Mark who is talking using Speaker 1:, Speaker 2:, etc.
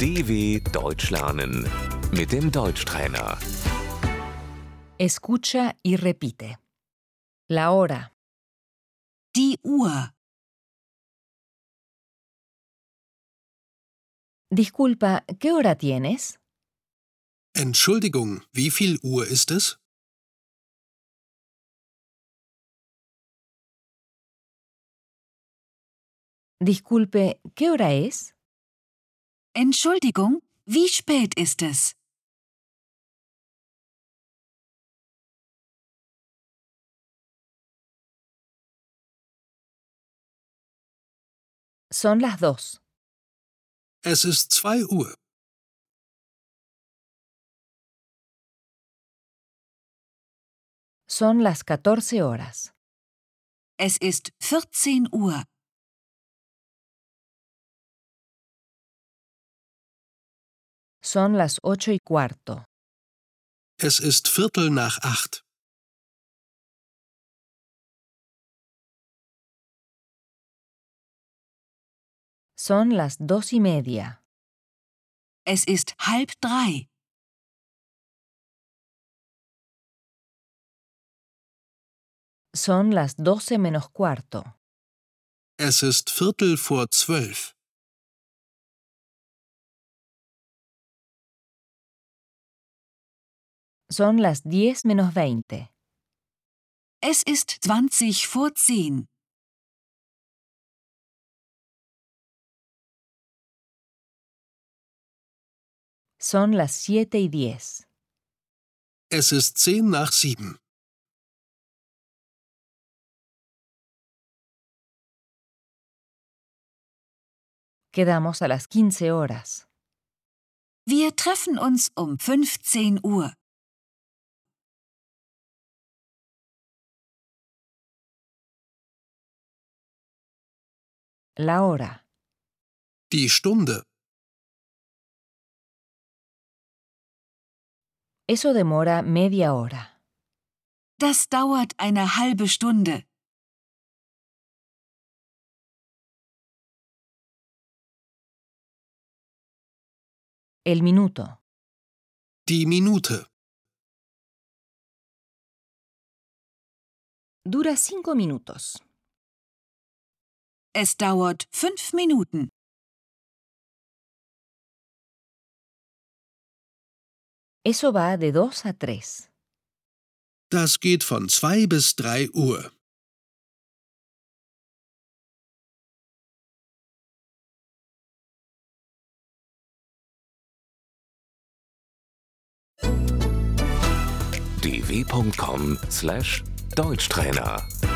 Speaker 1: DW Deutsch lernen mit dem Deutschtrainer.
Speaker 2: Escucha y repite. La hora,
Speaker 3: Die Uhr.
Speaker 2: disculpa, ¿qué hora tienes?
Speaker 4: Entschuldigung, wie viel Uhr ist es?
Speaker 2: Disculpe, ¿qué hora es?
Speaker 3: Entschuldigung, wie spät ist es?
Speaker 2: Son las dos.
Speaker 4: Es ist zwei Uhr.
Speaker 2: Son las 14 horas.
Speaker 3: Es ist 14 Uhr.
Speaker 2: Son las ocho y cuarto.
Speaker 4: Es ist Viertel nach acht.
Speaker 2: Son las dos y media.
Speaker 3: Es ist halb drei.
Speaker 2: Son las doce menos cuarto.
Speaker 4: Es ist Viertel vor zwölf.
Speaker 2: Son las diez menos veinte.
Speaker 3: Es ist 20 vor 10.
Speaker 2: Son las siete y diez.
Speaker 4: Es ist zehn nach sieben.
Speaker 2: Quedamos a las 15 horas.
Speaker 3: Wir treffen uns um 15 Uhr.
Speaker 2: La hora,
Speaker 4: Die Stunde.
Speaker 2: eso demora media hora.
Speaker 3: Das dauert eine halbe Stunde.
Speaker 2: El minuto.
Speaker 4: Die Minute.
Speaker 2: Dura cinco minutos.
Speaker 3: Es dauert fünf Minuten.
Speaker 2: Eso va de dos a tres.
Speaker 4: Das geht von zwei bis drei Uhr.
Speaker 1: dw.com/deutschtrainer